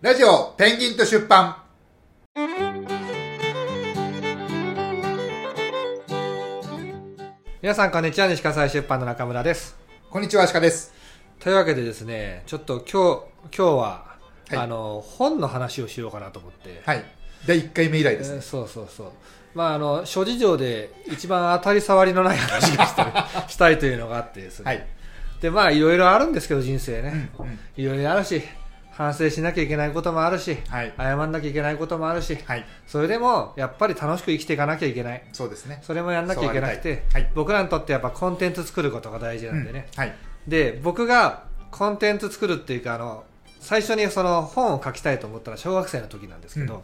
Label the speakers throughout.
Speaker 1: ラジオ、ペンギンと出版。
Speaker 2: 皆さんこんにちは西葛西出版の中村です
Speaker 1: こんにちは、アシカです。
Speaker 2: というわけでですねちょっと今日今日は、
Speaker 1: はい
Speaker 2: あの本の話をしようかなと思って、
Speaker 1: はい。第1回目以来
Speaker 2: え
Speaker 1: ですね。
Speaker 2: ーそうそうそうまああの諸事情で一番当たり障りのない話がした いしたいというのがあってですね、
Speaker 1: はい。
Speaker 2: でまあいろいろあるんですけど人生ね、
Speaker 1: うんうん
Speaker 2: いろいろあるし反省しなきゃいけないこともあるし、
Speaker 1: はい
Speaker 2: 謝んなきゃいけないこともあるし
Speaker 1: はい。
Speaker 2: それでもやっぱり楽しく生きていかなきゃいけない
Speaker 1: そうですね。
Speaker 2: それもやんなきゃいけなく
Speaker 1: そう
Speaker 2: て
Speaker 1: あり、たいはい
Speaker 2: 僕らにとってやっぱコンテンツ作ることが大事なんでね、
Speaker 1: うん。はい。
Speaker 2: で僕がコンテンツ作るっていうかあの最初にその本を書きたいと思ったら小学生の時なんですけど、
Speaker 1: うん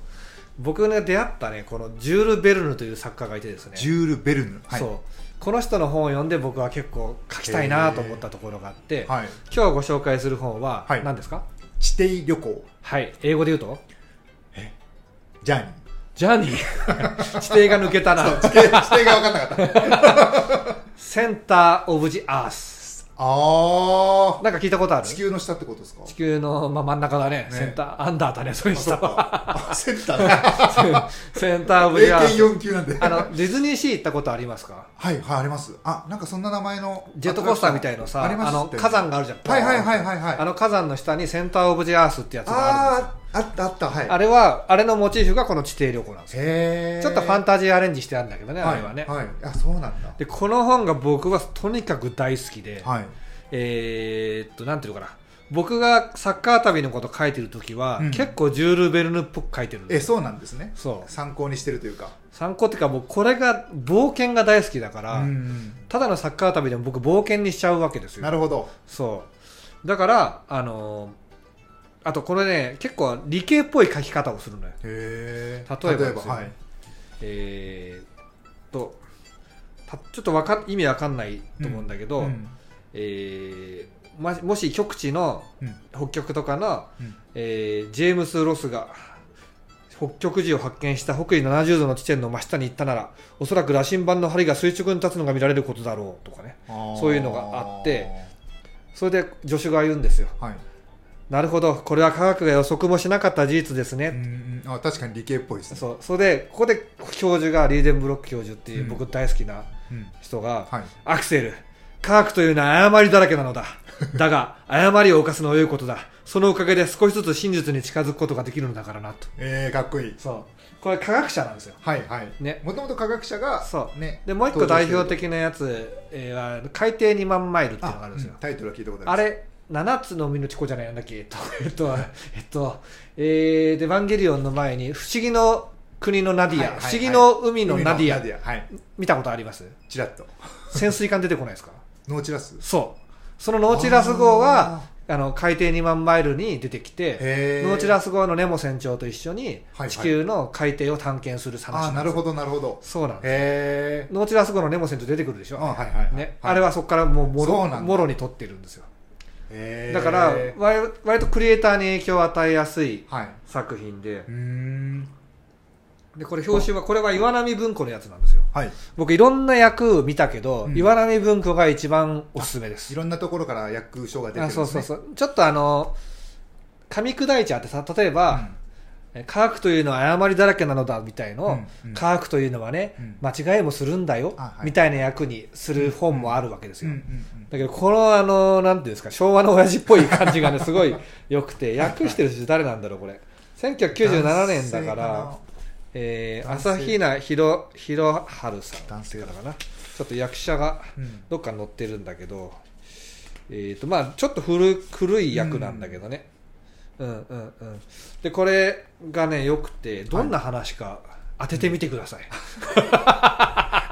Speaker 2: 僕が出会ったねこのジュール・ベルヌという作家がいてですね、
Speaker 1: ジュール・ベルヌ。はい。
Speaker 2: そうこの人の本を読んで僕は結構書きたいなと思ったところがあって、
Speaker 1: はい。
Speaker 2: 今日ご紹介する本は
Speaker 1: はい
Speaker 2: 何ですか、
Speaker 1: 地底旅行、
Speaker 2: はい英語で言うと
Speaker 1: ジャーニー。
Speaker 2: ジャーニー 地底が抜けたな
Speaker 1: 地底地底が分かんな かった。
Speaker 2: センター・オブ・ジ・アース
Speaker 1: あ
Speaker 2: なんか聞いたことあ
Speaker 1: ー。
Speaker 2: る
Speaker 1: 地球の下ってことですか
Speaker 2: 地球の、まあ、真ん中だね
Speaker 1: ね
Speaker 2: センターアンダーだねそれ
Speaker 1: あそ
Speaker 2: 下
Speaker 1: っ
Speaker 2: は
Speaker 1: か。あセンターだ。
Speaker 2: センター・オブ・ジ・ アース
Speaker 1: 0.4級なんで。
Speaker 2: あの、ディズニーシー行ったことありますか
Speaker 1: はい、はい、あります。あ、なんかそんな名前の。
Speaker 2: ジェットコースターみたいのさ、
Speaker 1: あります
Speaker 2: の、火山があるじゃん。
Speaker 1: はいはいはいはいはい
Speaker 2: あの火山の下にセンターオブジェアースってやつがあるんで
Speaker 1: あー、あったあった、は
Speaker 2: す
Speaker 1: い。
Speaker 2: よ。あれは、あれのモチーフがこの地底旅行なんですよ。
Speaker 1: へー
Speaker 2: ちょっとファンタジーアレンジしてあるんだけどね、あ
Speaker 1: はい
Speaker 2: れはね。
Speaker 1: はい。あ、そうなんだ。
Speaker 2: で、この本が僕はとにかく大好きで、
Speaker 1: はい。
Speaker 2: えーっと、なんていうのかな。僕がサッカー旅のこと書いてるときは、
Speaker 1: うん
Speaker 2: 結構ジュール・ベルヌっぽく書いてるんで
Speaker 1: え、
Speaker 2: す。
Speaker 1: そうなんですね。
Speaker 2: そう。
Speaker 1: 参考にしてるというか。
Speaker 2: 参考っていうか、もうこれが冒険が大好きだから、
Speaker 1: うん。
Speaker 2: ただのサッカー旅でも僕冒険にしちゃうわけですよ
Speaker 1: な。るほど。
Speaker 2: そうだからあのーあとこれね結構理系っぽい書き方をするのよ
Speaker 1: へー
Speaker 2: 例えばですよ
Speaker 1: はい。
Speaker 2: えー、っとたちょっとわか意味わかんないと思うんだけど、
Speaker 1: うん
Speaker 2: えーま、もし極地の
Speaker 1: うん
Speaker 2: 北極とかの、
Speaker 1: うん
Speaker 2: えージェームス・ロスが北極時を発見した北緯70度の地点の真下に行ったならおそらく羅針盤の針が垂直に立つのが見られることだろうとかねそういうのがあって、それで助手が言うんですよ
Speaker 1: あーはい。
Speaker 2: なるほどこれは科学が予測もしなかった事実ですね、
Speaker 1: うんうんあ確かに理系っぽいですね。
Speaker 2: そうそれでここで教授がリーデンブロック教授っていううん僕大好きな
Speaker 1: うん
Speaker 2: 人が、
Speaker 1: はい。
Speaker 2: アクセル科学というのは誤りだらけなのだだが誤りを犯すのは良いことだそのおかげで少しずつ真実に近づくことができるのだからなと
Speaker 1: えー、かっこいい。
Speaker 2: そうこれ科学者なんですよ
Speaker 1: はいはい。
Speaker 2: ね
Speaker 1: もともと科学者が、
Speaker 2: そう
Speaker 1: ね。
Speaker 2: でもう一個代表
Speaker 1: 登場してる
Speaker 2: 的なやつえーは海底2万マイルっていうのがあるんですよ
Speaker 1: うんタイトルは聞いたこと
Speaker 2: あ
Speaker 1: あり
Speaker 2: れ7つの海のチコじゃないなんだっけえっとえっとえっとえー、でエヴァンゲリオンの前に「不思議の国のナディア」
Speaker 1: はいはい
Speaker 2: 不思議の海の
Speaker 1: 海
Speaker 2: ナディア」
Speaker 1: ィア。はい。
Speaker 2: 見たことあります
Speaker 1: チラッと。
Speaker 2: 潜水艦出てこないですか
Speaker 1: ノーチラス。
Speaker 2: そうそのノーチラス号は
Speaker 1: あ
Speaker 2: あの海底2万マイルに出てきて
Speaker 1: へ
Speaker 2: ノーチラ
Speaker 1: ス。
Speaker 2: ス号のネモ船長と一緒に
Speaker 1: はいはい
Speaker 2: 地球の海底を探検する話
Speaker 1: あーなる
Speaker 2: ど
Speaker 1: ほどなるほど。
Speaker 2: そうなんです
Speaker 1: へー
Speaker 2: ノーチラス号のネモ船長出てくるでし
Speaker 1: う
Speaker 2: ょ、
Speaker 1: んはいはいはい。
Speaker 2: ね
Speaker 1: はい
Speaker 2: あれはそこからもうも
Speaker 1: そう
Speaker 2: ろ
Speaker 1: なんだ
Speaker 2: もろに撮ってるんですよ
Speaker 1: へー
Speaker 2: だから割割とクリエイターに影響を与えやすい
Speaker 1: はい。
Speaker 2: 作品で
Speaker 1: うーん。
Speaker 2: でこれ表紙はこれは岩波文庫のやつなんですよ
Speaker 1: はい。
Speaker 2: 僕いろんな役見たけど、
Speaker 1: うん
Speaker 2: 岩波文庫が一番おすすめで
Speaker 1: い
Speaker 2: す
Speaker 1: ろんなところから役所が出てるん
Speaker 2: あ
Speaker 1: です
Speaker 2: そ
Speaker 1: ね。
Speaker 2: うそうそうちょっとあの噛み砕いちゃってさ例えば、え科学というのは誤りだらけなのだみたいのを、
Speaker 1: うんうん
Speaker 2: 科学というのはね、
Speaker 1: うん
Speaker 2: 間違いもするんだよ、
Speaker 1: あはい
Speaker 2: みたいな役にする本もあるわけです
Speaker 1: うん
Speaker 2: よ、
Speaker 1: うんうん
Speaker 2: だけど、この、あの、なんていうんですか、昭和の親父っぽい感じがね、すごい良く て、訳してる人誰なんだろう、これ。1997年だから、えー、
Speaker 1: 男性
Speaker 2: 朝比奈ひろ、ひろはるさん。
Speaker 1: 男性だ
Speaker 2: かな。ちょっと役者が、
Speaker 1: うん
Speaker 2: どっかに載ってるんだけど、えっ、と、まあちょっと古、古い役なんだけどね。うん、うん、うん。で、これがね、良くて、どんな話か当ててみてください。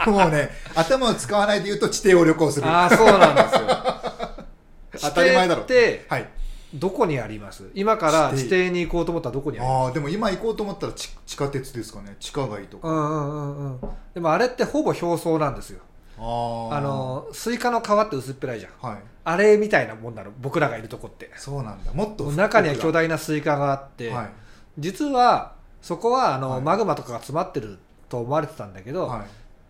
Speaker 1: もうね頭を使わないで言うと地底を旅行する
Speaker 2: ああ、そうなんですよ。
Speaker 1: 当たり前だろ
Speaker 2: 地底って、
Speaker 1: はい、
Speaker 2: どこにあります今から地底に行こうと思ったらどこにありま
Speaker 1: あ
Speaker 2: す
Speaker 1: あでも今行こうと思ったら地地下鉄ですかね地下街と
Speaker 2: う
Speaker 1: か
Speaker 2: んうんうんうんでもあれってほぼ表層なんですよ
Speaker 1: あー
Speaker 2: あのスイカの皮って薄っぺらいじゃん
Speaker 1: はい
Speaker 2: あれみたいなもんなの僕らがいるとこって
Speaker 1: そうなんだもっと
Speaker 2: 中には巨
Speaker 1: っ
Speaker 2: 大なスイカがあって、
Speaker 1: はい
Speaker 2: 実はそこはあの、
Speaker 1: はい
Speaker 2: マグマとかが詰まってると思われてたんだけど、
Speaker 1: はい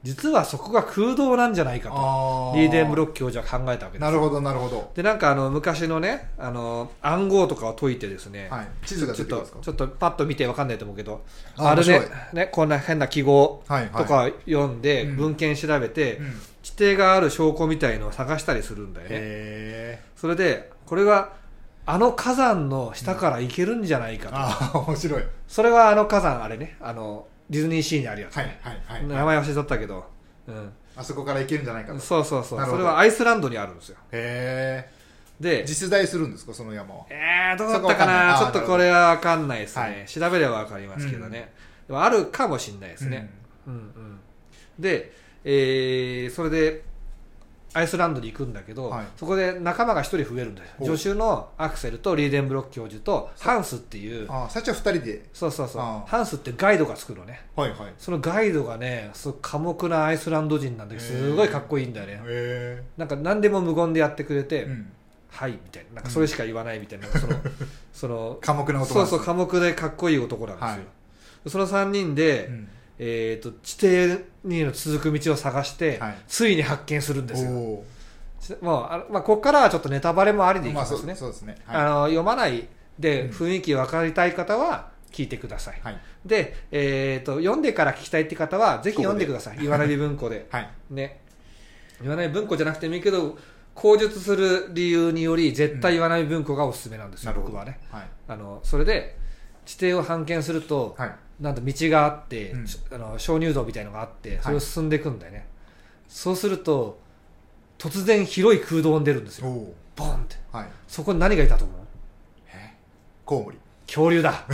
Speaker 2: 実はそこが空洞なんじゃないかと
Speaker 1: あ
Speaker 2: リーデンブロ
Speaker 1: ッ
Speaker 2: ック教授は考えたわけです
Speaker 1: なるほどなるほど、
Speaker 2: でなんかあの昔のねあの暗号とかを解いてですね、
Speaker 1: はい、地図が
Speaker 2: ち
Speaker 1: 出
Speaker 2: ょって
Speaker 1: くるんですか
Speaker 2: とちょっとパッと見てわかんないと思うけど
Speaker 1: あ
Speaker 2: あれね
Speaker 1: 面
Speaker 2: ねこんな変な記号
Speaker 1: はいはい
Speaker 2: とか読んで
Speaker 1: うん
Speaker 2: 文献調べて、
Speaker 1: うん、
Speaker 2: 地底がある証拠みたいのを探したりするんだよね
Speaker 1: へえ
Speaker 2: それでこれがあの火山の下から行けるんじゃないかと、
Speaker 1: ああ面白い
Speaker 2: それはあの火山あれねあのディズニーシーにあるやつ、
Speaker 1: はいはいはい、
Speaker 2: 名前忘れちゃったけど、う
Speaker 1: あそこから行けるんじゃないかと
Speaker 2: ん、
Speaker 1: へ
Speaker 2: そうそうそう
Speaker 1: なる
Speaker 2: そ
Speaker 1: ほ
Speaker 2: れ
Speaker 1: ど
Speaker 2: はアイスランドにあるんですよ
Speaker 1: え
Speaker 2: で
Speaker 1: 実在するんですかその山は
Speaker 2: えー、どうだったかな
Speaker 1: そ
Speaker 2: ち
Speaker 1: こわかんないあー
Speaker 2: ょっとこれは分かんないですね、
Speaker 1: はい
Speaker 2: 調べれば分かりますけどね、でもあるかもしれないですね、うんうんで、えーそれでアイスランドに行くんだけど、
Speaker 1: はい
Speaker 2: そこで仲間が一人増えるんだよ
Speaker 1: ほう
Speaker 2: 助手のアクセルとリーデンブロック教授とハンスっていう
Speaker 1: ああ最初は二人で
Speaker 2: そうそうそう
Speaker 1: あー
Speaker 2: ハンスってガイドがつくのね
Speaker 1: はいはいへ
Speaker 2: そのガイドがねすごい寡黙なアイスランド人なんだけどすごいかっこいいんだよね
Speaker 1: え
Speaker 2: なんか何でも無言でやってくれて、
Speaker 1: うん
Speaker 2: はいみたいななんかそれしか言わないみたいな,、そ のその
Speaker 1: 寡黙な男
Speaker 2: そうそう
Speaker 1: う
Speaker 2: 寡黙でかっこいい男なんですよ、
Speaker 1: はい
Speaker 2: その3人で、
Speaker 1: ん、
Speaker 2: えー、と地底にの続く道を探して、
Speaker 1: はい
Speaker 2: ついに発見するんですよ
Speaker 1: お
Speaker 2: ちもうあのまあ、ここからはちょっとネタバレもありで
Speaker 1: お
Speaker 2: いき
Speaker 1: まあ
Speaker 2: ます
Speaker 1: そ
Speaker 2: ね
Speaker 1: う、そうですね
Speaker 2: あ
Speaker 1: は
Speaker 2: の読まないで
Speaker 1: うん
Speaker 2: 雰囲気分かりたい方は聞いてください、
Speaker 1: いはい
Speaker 2: で、えー、と読んでから聞きたいって方はぜひ読んでください岩波文庫で
Speaker 1: はい
Speaker 2: ね岩波文庫じゃなくてもいいけど口述する理由により絶対岩波文庫がおすすめなんですよ、
Speaker 1: なるほ
Speaker 2: 僕
Speaker 1: ど
Speaker 2: はね
Speaker 1: はい
Speaker 2: あのそれで地底を判見すると、
Speaker 1: はい
Speaker 2: なんと道があって、
Speaker 1: うん
Speaker 2: ちょあの鍾乳洞みたいのがあってそれを進んでいくんだよね、そうすると突然広い空洞に出るんです
Speaker 1: お
Speaker 2: よ
Speaker 1: お
Speaker 2: ボンって
Speaker 1: はい
Speaker 2: そこに何がいたと思う
Speaker 1: えコウモリ
Speaker 2: 恐竜だ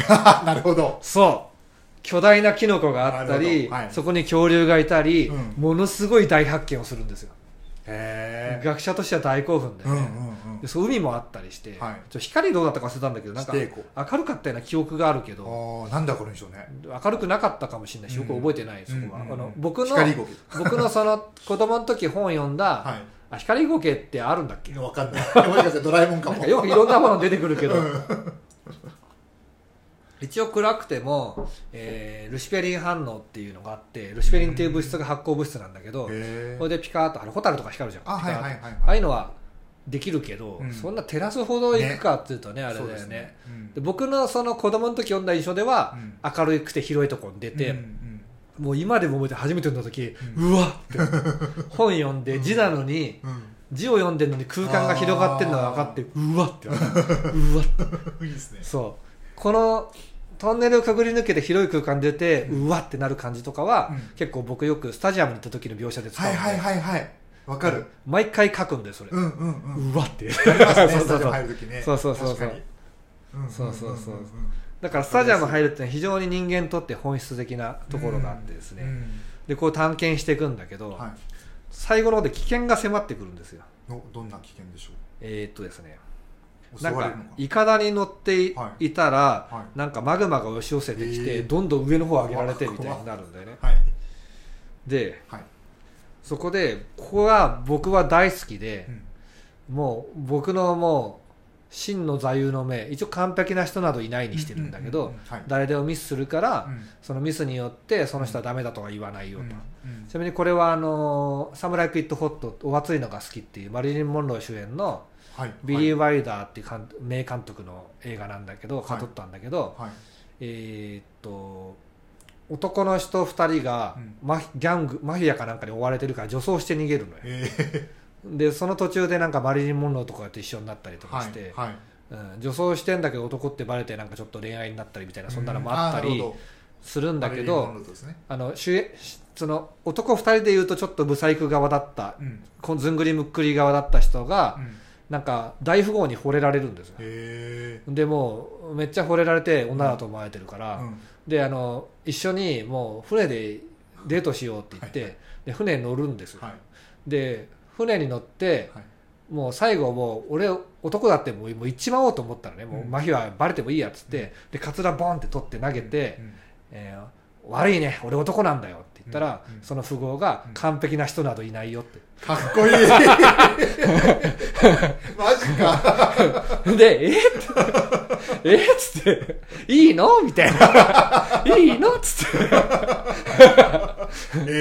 Speaker 1: なるほど
Speaker 2: そう巨大なキノコがあった
Speaker 1: なる
Speaker 2: り、
Speaker 1: ほどはい
Speaker 2: そこに恐竜がいたり、
Speaker 1: うん
Speaker 2: ものすごい大発見をするんですよ
Speaker 1: へえ
Speaker 2: 学者としては大興奮だ
Speaker 1: うん
Speaker 2: よ
Speaker 1: うん
Speaker 2: ね、
Speaker 1: うん
Speaker 2: でそう海もあったりして、
Speaker 1: はい
Speaker 2: ちょ光どうだったか忘れたんだけどなんか
Speaker 1: 地底
Speaker 2: 明るかったような記憶があるけど
Speaker 1: ああなんだこれでしょうね
Speaker 2: 明るくなかったかもしれないしよく覚えてない、そこは、
Speaker 1: うんうんうん
Speaker 2: あの僕の
Speaker 1: 光合 金
Speaker 2: 僕のその子供の時本読んだ、
Speaker 1: は
Speaker 2: あ光合計ってあるんだっけ
Speaker 1: い
Speaker 2: な
Speaker 1: わかんない もしかしたらドラえもん かも
Speaker 2: んかよ くいろんなもの出てくるけど、
Speaker 1: うん
Speaker 2: 一応暗くても、えールシフェリン反応っていうのがあってルシフェリンっていう物質が発光物質なんだけど、
Speaker 1: へえ
Speaker 2: これでピカーッとあれホタルとか光るじゃん
Speaker 1: あはいはいはい
Speaker 2: ピカ
Speaker 1: は
Speaker 2: ーッと
Speaker 1: い
Speaker 2: ああいうのはできるけど、
Speaker 1: うん
Speaker 2: そんな照らすほどいくかっていうとねあれだよね
Speaker 1: そうですうん
Speaker 2: で僕のその子供の時読んだ印象では、
Speaker 1: う
Speaker 2: 明るくて広いところに出て、
Speaker 1: うんうん
Speaker 2: もう今でも覚えて初めて読んだ時、
Speaker 1: う
Speaker 2: うわっって本読んで字なのに
Speaker 1: う
Speaker 2: 字を読んでるのに空間が広がってるのが分かってうわっってなったうわっ
Speaker 1: ん、いい ですね
Speaker 2: そうこのトンネルをくぐり抜けて広い空間出て、うわってなる感じとかは、
Speaker 1: うん
Speaker 2: 結構僕よくスタジアムに行った時の描写で使う
Speaker 1: はい
Speaker 2: んで
Speaker 1: はいはいはいわかる
Speaker 2: 毎回書くんでそれ、
Speaker 1: うんうんうん
Speaker 2: うわって
Speaker 1: ありますね
Speaker 2: そうそうそ
Speaker 1: スタ
Speaker 2: う
Speaker 1: ジオ入るときね
Speaker 2: そうそうそうそう
Speaker 1: 確かにうんんんん
Speaker 2: そうそうそうんだからスタジアム入るってのは非常に人間にとって本質的なところがあってですね、でこう探検していくんだけ
Speaker 1: う
Speaker 2: ど、
Speaker 1: んはい
Speaker 2: 最後の方で危険が迫ってくるんですよ
Speaker 1: のどんな危険でしょ
Speaker 2: えー、っとですね
Speaker 1: う襲
Speaker 2: なん
Speaker 1: われ
Speaker 2: か
Speaker 1: るのか
Speaker 2: いかだに乗ってい,、、
Speaker 1: はい
Speaker 2: たら、
Speaker 1: は
Speaker 2: なんかマグマが押し寄せてきて、
Speaker 1: えー
Speaker 2: どんどん上の方上げられてみたいになるんだよね
Speaker 1: はい
Speaker 2: で
Speaker 1: はい
Speaker 2: そこでここが僕は大好きで
Speaker 1: う、ん
Speaker 2: もう僕のもう真の座右の銘一応完璧な人などいないにしてるんだけど、
Speaker 1: うんうんうんうんはい
Speaker 2: 誰でもミスするから、
Speaker 1: うん
Speaker 2: そのミスによってその人はダメだとは言わないよと、
Speaker 1: うんうん
Speaker 2: ちなみにこれはあのーサムライ・クイット・ホットお熱いのが好きっていうマリリン・モンロー主演の
Speaker 1: はい
Speaker 2: ビリー・
Speaker 1: は
Speaker 2: ワイダーっていう監名監督の映画なんだけど
Speaker 1: はい
Speaker 2: 語ったんだけど、
Speaker 1: いはい
Speaker 2: えーっと男の人2人が
Speaker 1: うん
Speaker 2: マフィギャングマフィアかなんかに追われてるから女装して逃げるのよ
Speaker 1: え
Speaker 2: でその途中でなんかマリリン・モンローとかと一緒になったりと
Speaker 1: ー
Speaker 2: か
Speaker 1: は
Speaker 2: して、
Speaker 1: いはい
Speaker 2: うん、女装してんだけど男ってバレてなんかちょっと恋愛になったりみたいなそんなのもあった
Speaker 1: うんー
Speaker 2: り
Speaker 1: なるほ
Speaker 2: するんだけ
Speaker 1: マリリンモ
Speaker 2: ど
Speaker 1: ンローですね
Speaker 2: あの主演その男2人でいうとちょっとブサイク側だった
Speaker 1: うん
Speaker 2: こんずんぐりむっくり側だった人が
Speaker 1: うん
Speaker 2: なんか大富豪に惚れられるんですよ
Speaker 1: へ
Speaker 2: でもうめっちゃ惚れられて女だと思われてるか
Speaker 1: え
Speaker 2: ら、
Speaker 1: うん
Speaker 2: であの一緒にもう船でデートしようって言って、
Speaker 1: はい
Speaker 2: で船に乗るんですよ、
Speaker 1: はい
Speaker 2: で船に乗って
Speaker 1: はい
Speaker 2: もう最後もう俺男だってもうもう行っちまおうと思ったらねもう
Speaker 1: うん
Speaker 2: マヒはバレてもいいやっつって、でカツラボンって取って投げて、
Speaker 1: うん
Speaker 2: えー悪いね俺男なんだよって言ったら、
Speaker 1: うんうん
Speaker 2: その富豪が完璧な人などいないよって、
Speaker 1: かっこいいマジか
Speaker 2: で、えって、 えっつって、いいのみたい な。いいのっつって。
Speaker 1: え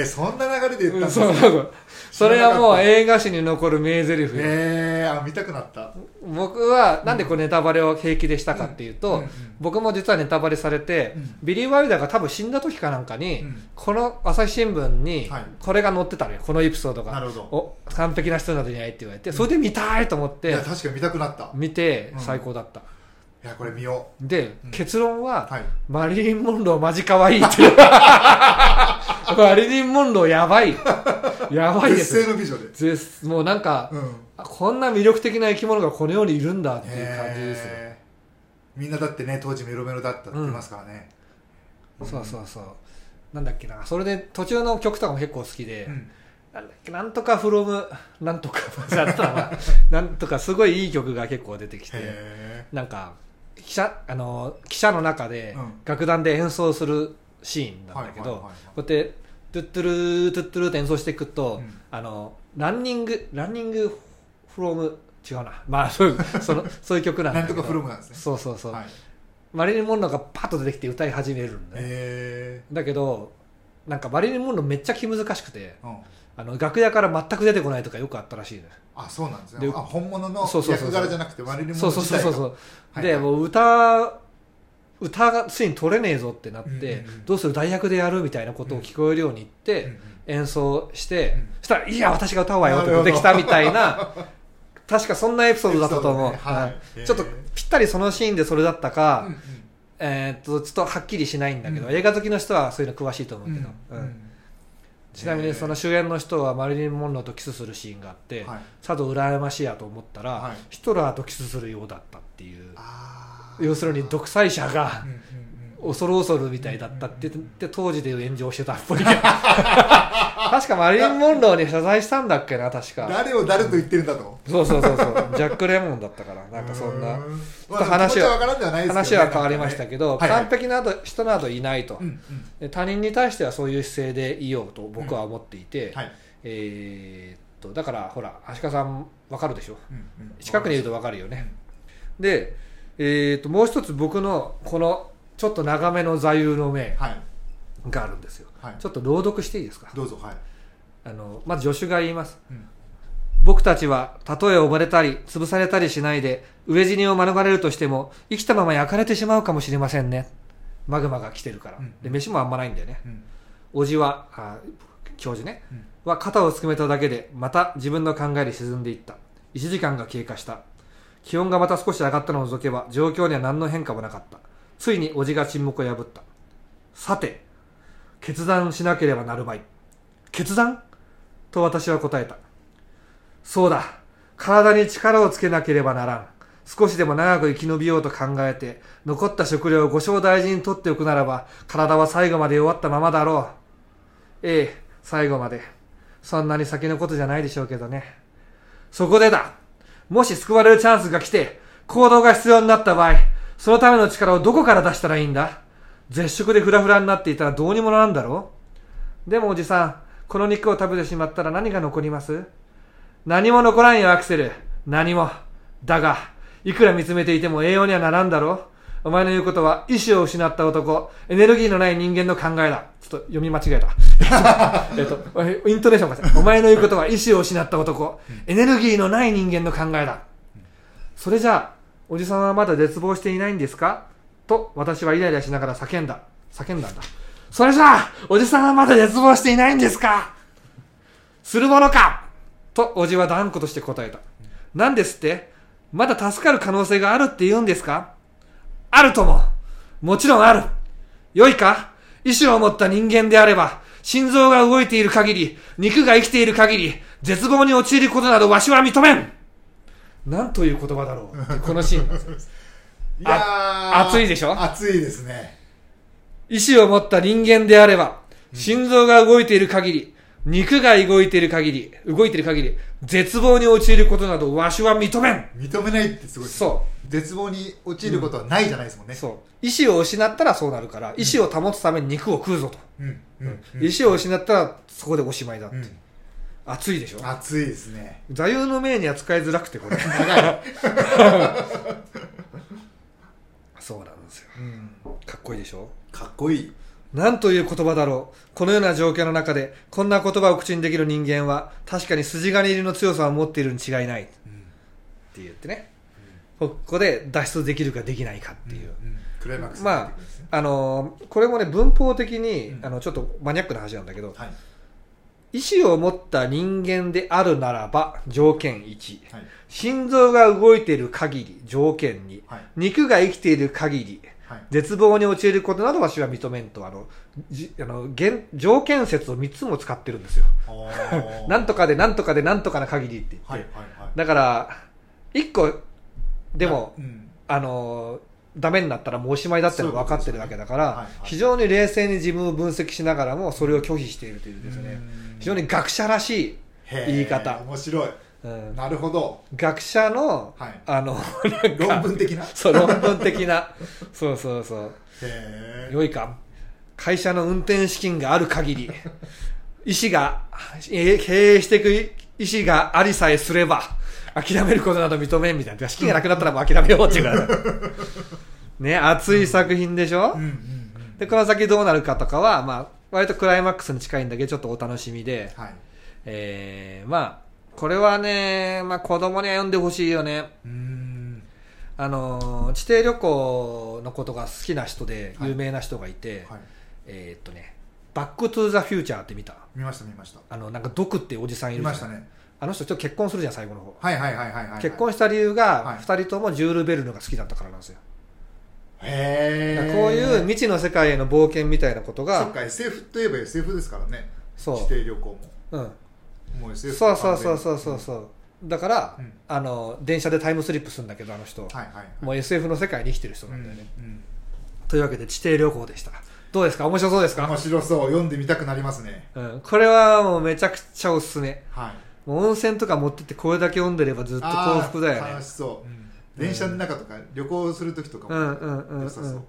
Speaker 1: ー、そんな流れで言
Speaker 2: そ
Speaker 1: っただ
Speaker 2: うんそうそう。それはもう映画史に残る名台詞。
Speaker 1: えー、あ見たくなった
Speaker 2: 僕は、なんでこうネタバレを平気でしたかっていうと、
Speaker 1: うんうん
Speaker 2: 僕も実はネタバレされて、
Speaker 1: うん
Speaker 2: ビリー・ワイルダーが多分死んだ時かなんかに、
Speaker 1: うん
Speaker 2: この朝日新聞に
Speaker 1: はい
Speaker 2: これが載ってたのよ、このエピソードが。
Speaker 1: なるほど
Speaker 2: お完璧な人などいないって言われて、それで見たいと思っ
Speaker 1: い
Speaker 2: て
Speaker 1: や、確かに見たくなった
Speaker 2: 見て
Speaker 1: うん
Speaker 2: 最高だっ
Speaker 1: い
Speaker 2: た。
Speaker 1: やこれ見よ
Speaker 2: で、
Speaker 1: うん
Speaker 2: 結論は
Speaker 1: う、はい
Speaker 2: マリリン・モンローマジ可愛いっていう マリリン・モンローやばいやばいで
Speaker 1: 絶
Speaker 2: す
Speaker 1: 世の美女で
Speaker 2: 絶もうなんか、
Speaker 1: うん
Speaker 2: あこんな魅力的な生き物がこの世にいるんだっていう感じですよ、
Speaker 1: えー、みんなだってね当時メロメロだったって言いますからね、
Speaker 2: そうそうそうなんだっけなそれで途中の曲とかも結構好きで、
Speaker 1: うん
Speaker 2: なんだっけなんとかフロムなんとかだったな なんとかすごいいい曲が結構出てきて
Speaker 1: へ
Speaker 2: なんか記者あの汽車の中で
Speaker 1: うん
Speaker 2: 楽団で演奏するシーン
Speaker 1: え
Speaker 2: なんだけ
Speaker 1: はい
Speaker 2: ど
Speaker 1: はいはいはい
Speaker 2: こうやってトゥットゥルートゥットゥルーって演奏していくと、
Speaker 1: うん
Speaker 2: あのランニングランニングフロム違うなまあ そういうそのそういう曲なんだ
Speaker 1: なん
Speaker 2: け
Speaker 1: と
Speaker 2: ど
Speaker 1: かフロムなんですね
Speaker 2: そうそうそう、
Speaker 1: はい、
Speaker 2: マリリン・モンローがパッと出てきて歌い始めるんだよ、
Speaker 1: え
Speaker 2: だけどなんかマリリン・モンローめっちゃ気難しくて
Speaker 1: ーうん、
Speaker 2: あの楽屋から全く出てこないとかよくあったらしいね
Speaker 1: あそうなんです
Speaker 2: で
Speaker 1: ねあ本物の
Speaker 2: そうそうそうそう
Speaker 1: 役柄じゃなくてマリリン・モ
Speaker 2: そ
Speaker 1: ン
Speaker 2: う
Speaker 1: ロー
Speaker 2: そう
Speaker 1: 自
Speaker 2: そう
Speaker 1: 体
Speaker 2: そう
Speaker 1: がはい
Speaker 2: で
Speaker 1: はい
Speaker 2: もう歌歌がついに取れねえぞってなって、
Speaker 1: うんうんうん
Speaker 2: どうする大役でやるみたいなことを聞こえるように言って、
Speaker 1: うんうん
Speaker 2: 演奏して、
Speaker 1: うん
Speaker 2: そしたら「いや私が歌うわよ」って
Speaker 1: なるほど
Speaker 2: できたみたい な確かそんなエピソードだったと思う、
Speaker 1: エピソードねはい
Speaker 2: は
Speaker 1: へ
Speaker 2: い、
Speaker 1: ー
Speaker 2: ちょっとぴったりそのシーンでそれだったか、
Speaker 1: うんうん
Speaker 2: えーっとちょっとはっきりしないんだけど、
Speaker 1: うん
Speaker 2: 映画好きの人はそういうの詳しいと思うけど、
Speaker 1: うん
Speaker 2: う
Speaker 1: うんん
Speaker 2: ちなみにその主演の人はマリリン・モンローとキスするシーンがあって、
Speaker 1: はい
Speaker 2: さぞ羨ましいやと思ったら、
Speaker 1: はい
Speaker 2: ヒトラーとキスするようだったっていう
Speaker 1: あー
Speaker 2: 要するに独裁者が、
Speaker 1: う んうんうん
Speaker 2: 恐る恐るみたいだったって言って当時で炎上してたっ ぽいけど確かマリリン・モンローに謝罪したんだっけな確か
Speaker 1: 誰を誰と言ってるんだと
Speaker 2: そうそうそうそうジャック・レモンだったからなんかそんな
Speaker 1: うー
Speaker 2: ょっと話は
Speaker 1: まあでも気持ちはわからんではないですけどね
Speaker 2: 話は変わりましたけど、
Speaker 1: なんかねはいはい
Speaker 2: 完璧など人などいないと、
Speaker 1: うん
Speaker 2: で他人に対してはそういう姿勢でいようと僕は思っていて、
Speaker 1: うんはい
Speaker 2: えーっとだからほら足利さんわかるでしょ
Speaker 1: うんうん
Speaker 2: 近くにいるとわかるよね、で、えーっともう一つ僕のこのちょっと長めの座右の銘
Speaker 1: はい
Speaker 2: があるんですよ
Speaker 1: はい
Speaker 2: ちょっと朗読していいですか
Speaker 1: どうぞはい
Speaker 2: あのまず助手が言います
Speaker 1: うん
Speaker 2: 僕たちはたとえ溺れたり潰されたりしないで飢え死にを免れるとしても生きたまま焼かれてしまうかもしれませんねマグマが来てるから、
Speaker 1: うん
Speaker 2: で飯もあんまないんだよね
Speaker 1: うん
Speaker 2: おじはあ教授ね、
Speaker 1: うん
Speaker 2: は肩をすくめただけでまた自分の考えに沈んでいった1時間が経過した気温がまた少し上がったのを除けば状況には何の変化もなかったついにおじが沈黙を破ったさて決断しなければなるまい決断と私は答えたそうだ体に力をつけなければならん少しでも長く生き延びようと考えて残った食料を五升大事に取っておくならば体は最後まで弱ったままだろうええ最後までそんなに先のことじゃないでしょうけどねそこでだもし救われるチャンスが来て行動が必要になった場合そのための力をどこから出したらいいんだ絶食でフラフラになっていたらどうにもならんだろうでもおじさんこの肉を食べてしまったら何が残ります何も残らんよ、アクセル。何も。だが、いくら見つめていても栄養にはならんだろう。お前の言うことは、意志を失った男、エネルギーのない人間の考えだ。ちょっと読み間違えた。えっと、えっとイントネーションがお前の言うことは、意志を失った男、エネルギーのない人間の考えだ。それじゃあ、おじさんはまだ絶望していないんですかと、私はイライラしながら叫んだ。叫んだんだ。それじゃあ、おじさんはまだ絶望していないんですかするものかと、おじは断固として答えた。なんですってまだ助かる可能性があるって言うんですかあるとも。もちろんある。良いか意志を持った人間であれば、心臓が動いている限り、肉が生きている限り、絶望に陥ることなどわしは認めんなんという言葉だろう ってこのシーンなんですよ
Speaker 1: いや
Speaker 2: あ
Speaker 1: ー
Speaker 2: 熱いでしょ
Speaker 1: 熱いですね
Speaker 2: 意志を持った人間であれば、心臓が動いている限り、肉が動いている限り、動いている限り、絶望に陥ることなどわしは認めん
Speaker 1: 認めないってすごいですね
Speaker 2: そう。
Speaker 1: 絶望に陥ることはないじゃないですもんね
Speaker 2: そう。意志を失ったらそうなるから、意志を保つために肉を食うぞと。
Speaker 1: うんうんうん
Speaker 2: 石を失ったらそこでおしまいだって、
Speaker 1: うん
Speaker 2: 熱いでしょ
Speaker 1: 熱いですね
Speaker 2: 座右の銘に扱いづらく てこれ
Speaker 1: 長い、
Speaker 2: そうなんですよ
Speaker 1: うん、
Speaker 2: かっこいいでしょ
Speaker 1: かっこいい
Speaker 2: なんという言葉だろう。このような状況の中で、こんな言葉を口にできる人間は、確かに筋金入りの強さを持っているに違いない。って言ってね。ここで脱出できるかできないかっていう。
Speaker 1: クライマックス
Speaker 2: まああのーこれもね、文法的に、
Speaker 1: うん
Speaker 2: あの、ちょっとマニアックな話なんだけど、
Speaker 1: はい
Speaker 2: 意思を持った人間であるならば、条件1。
Speaker 1: はい
Speaker 2: 心臓が動いている限り、条件2。
Speaker 1: はい
Speaker 2: 肉が生きている限り、
Speaker 1: はい
Speaker 2: 絶望に陥ることなどわしは認めんとあのじあの現条件説を3つも使ってるんですよ
Speaker 1: おー
Speaker 2: なんとかでなんとかでなんとかな限りって言って、
Speaker 1: はいはいはい
Speaker 2: だから1個でも
Speaker 1: うん
Speaker 2: あのダメになったらもうおしまいだってのが分かってるわけだから、
Speaker 1: そういうことですねはいはい
Speaker 2: 非常に冷静に自分を分析しながらもそれを拒否しているというですね
Speaker 1: うん
Speaker 2: 非常に学者らしい、
Speaker 1: へー
Speaker 2: 言い方
Speaker 1: 面白い
Speaker 2: うん、
Speaker 1: なるほど
Speaker 2: 学者の、
Speaker 1: はい
Speaker 2: あの
Speaker 1: 論文的なへ
Speaker 2: そう論文的なそうそうそう
Speaker 1: え
Speaker 2: 良いか会社の運転資金がある限り、 医師が、え経営していく医師がありさえすれば、諦めることなど認めんみたいな。資金がなくなったらもう諦めようっていうから。ね、熱い作品でしょ、
Speaker 1: うんうんうん
Speaker 2: で、この先どうなるかとかは、まあ、割とクライマックスに近いんだけど、ちょっとお楽しみで、
Speaker 1: はい
Speaker 2: えー、まあ、これはね、まあ子供には読んでほしいよね。
Speaker 1: うーん
Speaker 2: あのー、地底旅行のことが好きな人で、
Speaker 1: はい
Speaker 2: 有名な人がいて、
Speaker 1: はい
Speaker 2: えーっとね、バックトゥーザフューチャーって見た。
Speaker 1: 見ました見ました
Speaker 2: あの、なんかドクっておじさん
Speaker 1: 見
Speaker 2: いるじ
Speaker 1: ま
Speaker 2: ゃん
Speaker 1: したね
Speaker 2: あの人ちょっと結婚するじゃん、最後の方。
Speaker 1: はいはいはいはいはい
Speaker 2: 結婚した理由が
Speaker 1: は、い
Speaker 2: 二人ともジュール・ベルヌが好きだったからなんですよ。だ
Speaker 1: へ
Speaker 2: か
Speaker 1: え
Speaker 2: らこういう未知の世界への冒険みたいなこと
Speaker 1: そっ
Speaker 2: が、
Speaker 1: か SF といえば SF ですからね
Speaker 2: そう
Speaker 1: 地底旅行も
Speaker 2: うん。
Speaker 1: もう SF
Speaker 2: そうそうそうそうそうそう。だから、
Speaker 1: うん
Speaker 2: あの、電車でタイムスリップするんだけど、あの人。
Speaker 1: はいはいはい
Speaker 2: もう SF の世界に生きてる人なんだよね。
Speaker 1: うん
Speaker 2: というわけで、地底旅行でした。どうですか面白そうです
Speaker 1: うん面
Speaker 2: か
Speaker 1: 白そう読んでみたくなりますね
Speaker 2: うん。これはもうめちゃくちゃおすすめ。
Speaker 1: はい
Speaker 2: もう温泉とか持ってってこれだけ読んでればずっと幸福だよ
Speaker 1: あー
Speaker 2: ね
Speaker 1: 楽し。そう、うん電車の中とか旅行する時とか
Speaker 2: うん
Speaker 1: も
Speaker 2: うんうんう
Speaker 1: 良
Speaker 2: ん
Speaker 1: さそう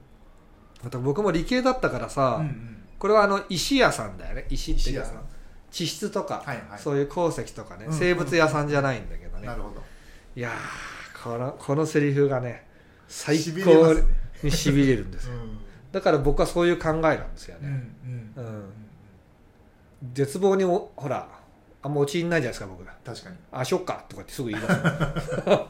Speaker 2: また僕も理系だったからさ、
Speaker 1: うんうん
Speaker 2: これはあの石屋さんだよね石っていうか
Speaker 1: 石屋さん
Speaker 2: 地質とか、
Speaker 1: はいはい
Speaker 2: そういう鉱石とかね、
Speaker 1: うんうん
Speaker 2: 生物屋さんじゃないんだけどね、
Speaker 1: なるほど
Speaker 2: いやーこのこのセリフがね最
Speaker 1: しびれま
Speaker 2: 高
Speaker 1: すね
Speaker 2: にしびれるんですよ、だから僕はそういう考えなんですよ
Speaker 1: うんうん
Speaker 2: ね、う
Speaker 1: うんん
Speaker 2: 絶望におほらあんま陥んないじゃないですか僕が
Speaker 1: 確かに
Speaker 2: 「あしょっか」とかってすぐ言い出す、 うん、
Speaker 1: なるほ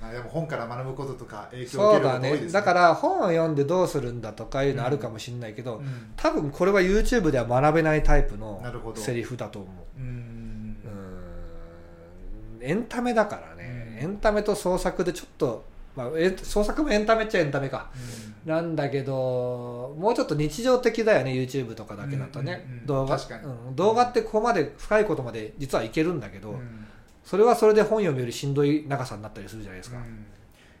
Speaker 1: どなでも本から学ぶこととか影響を受
Speaker 2: そ
Speaker 1: ける
Speaker 2: う
Speaker 1: こ
Speaker 2: だ
Speaker 1: と多いです
Speaker 2: ね
Speaker 1: ね
Speaker 2: だから本を読んでどうするんだとかいうのあるかもしれないけど、
Speaker 1: うん
Speaker 2: 多分これは YouTube では学べないタイプの
Speaker 1: なるほど
Speaker 2: セリフだと思
Speaker 1: う
Speaker 2: ううんんエンタメだからね、
Speaker 1: うん
Speaker 2: エンタメと創作でちょっと、まあ、え創作もエンタメっちゃエンタメかなんだけどもうちょっと日常的だよね YouTube とかだけだとね、
Speaker 1: うんうんうん
Speaker 2: 動画
Speaker 1: 確かに
Speaker 2: うん動画ってここまで深いことまで実はいけるんだけど、
Speaker 1: うんうん
Speaker 2: それはそれで本読むよりしんどい長さになったりするじゃないですか、
Speaker 1: うん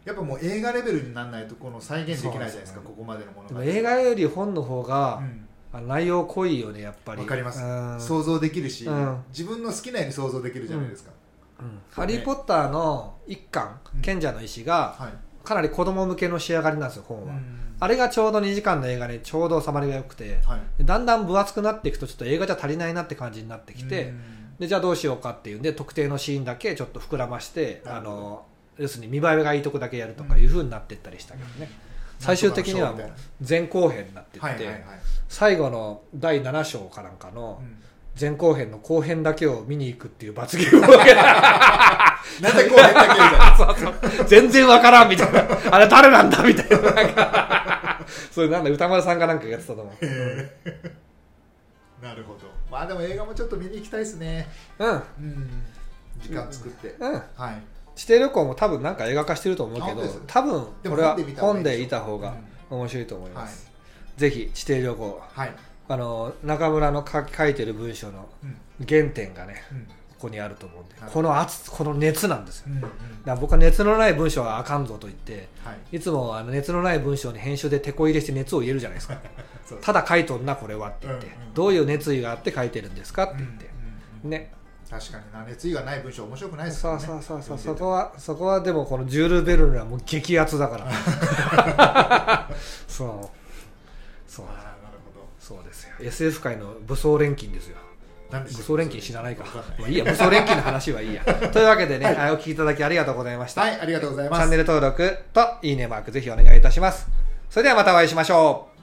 Speaker 1: やっぱもう映画レベルにならないとこの再現できないじゃないです
Speaker 2: そ
Speaker 1: か
Speaker 2: うなんですよね
Speaker 1: ここまでのもの
Speaker 2: で
Speaker 1: が
Speaker 2: も映画より本の方が
Speaker 1: う、ん
Speaker 2: あ内容濃いよねやっぱり
Speaker 1: わかります
Speaker 2: うん
Speaker 1: 想像できるし
Speaker 2: うん
Speaker 1: 自分の好きなように想像できるじゃないですか
Speaker 2: うんハリー・ポッター」の一巻
Speaker 1: う
Speaker 2: 「
Speaker 1: ん
Speaker 2: 賢者の石」が
Speaker 1: はい
Speaker 2: かなり子供向けの仕上がりなんですよ本は、あ
Speaker 1: れ
Speaker 2: れがちょうど2時間の映画でちょうど収まりが良くて
Speaker 1: はい
Speaker 2: だんだん分厚くなっていくとちょっと映画じゃ足りないなって感じになってきて、でじゃあどうしようかっていうんで特定のシーンだけちょっと膨らまして
Speaker 1: な
Speaker 2: あ
Speaker 1: るほど
Speaker 2: の要するに見栄えがいいとこだけやるとかいうふうになってったりしたけどね、最終的にはもう前後編になってって、
Speaker 1: はいはいはい
Speaker 2: 最後の第7章かなんかの、
Speaker 1: うん
Speaker 2: 前後編の後編だけを見に行くっていう罰ゲームを受けた
Speaker 1: なんでこうやったけみたいな
Speaker 2: そうそう全然わからんみたいなあれ誰なんだみたいななんか それなんだ歌丸さんがなんかやってたと思う
Speaker 1: なるほどまあでも映画もちょっと見に行きたいですね
Speaker 2: うん
Speaker 1: うん時間作って、
Speaker 2: うん
Speaker 1: はい
Speaker 2: 地底旅行も多分なんか映画化してると思うけ
Speaker 1: あ本
Speaker 2: ど
Speaker 1: 当です
Speaker 2: 多分
Speaker 1: で
Speaker 2: こ
Speaker 1: も
Speaker 2: れは
Speaker 1: 本で見た方がい
Speaker 2: 本
Speaker 1: いでしょ
Speaker 2: でいた方が面白いと思い
Speaker 1: は
Speaker 2: ま
Speaker 1: い
Speaker 2: す、ぜひ地底旅行
Speaker 1: はい、
Speaker 2: あの中村の書き書いてる文章の
Speaker 1: うん
Speaker 2: 原点がね
Speaker 1: うん
Speaker 2: ここにあると思うんで
Speaker 1: はい
Speaker 2: この熱この熱なんですよ
Speaker 1: うんうん
Speaker 2: だから僕は熱のない文章はあかんぞと言って
Speaker 1: はい
Speaker 2: いつもあの熱のない文章に編集で手こ入れして熱を入れるじゃないですか
Speaker 1: そう
Speaker 2: ただ書いとんなこれはって言って、
Speaker 1: うんうん
Speaker 2: どういう熱意があって書いてるんですかって
Speaker 1: うんう
Speaker 2: 言
Speaker 1: ん
Speaker 2: って、
Speaker 1: うん
Speaker 2: ね
Speaker 1: 確かにな熱意がない文章面白くないですか
Speaker 2: そ
Speaker 1: ら
Speaker 2: う
Speaker 1: ね
Speaker 2: そうそうそ
Speaker 1: 読ん
Speaker 2: うそ
Speaker 1: でて
Speaker 2: こはそこはでもこのジュール・ベルヌ はもう激アツだからそうそう
Speaker 1: あーなる
Speaker 2: そうですよ SF 界の武装錬金ですよ
Speaker 1: 何で
Speaker 2: 武
Speaker 1: したっけ
Speaker 2: 装錬金知らないか
Speaker 1: わんない
Speaker 2: もういいや武装錬金の話はいい やというわけでね、はい、お聞きいただきありがとうございました、
Speaker 1: はいありがとうござい
Speaker 2: チ
Speaker 1: ます
Speaker 2: ャンネル登録といいねマークぜひお願いいたしますそれではまたお会いしましょう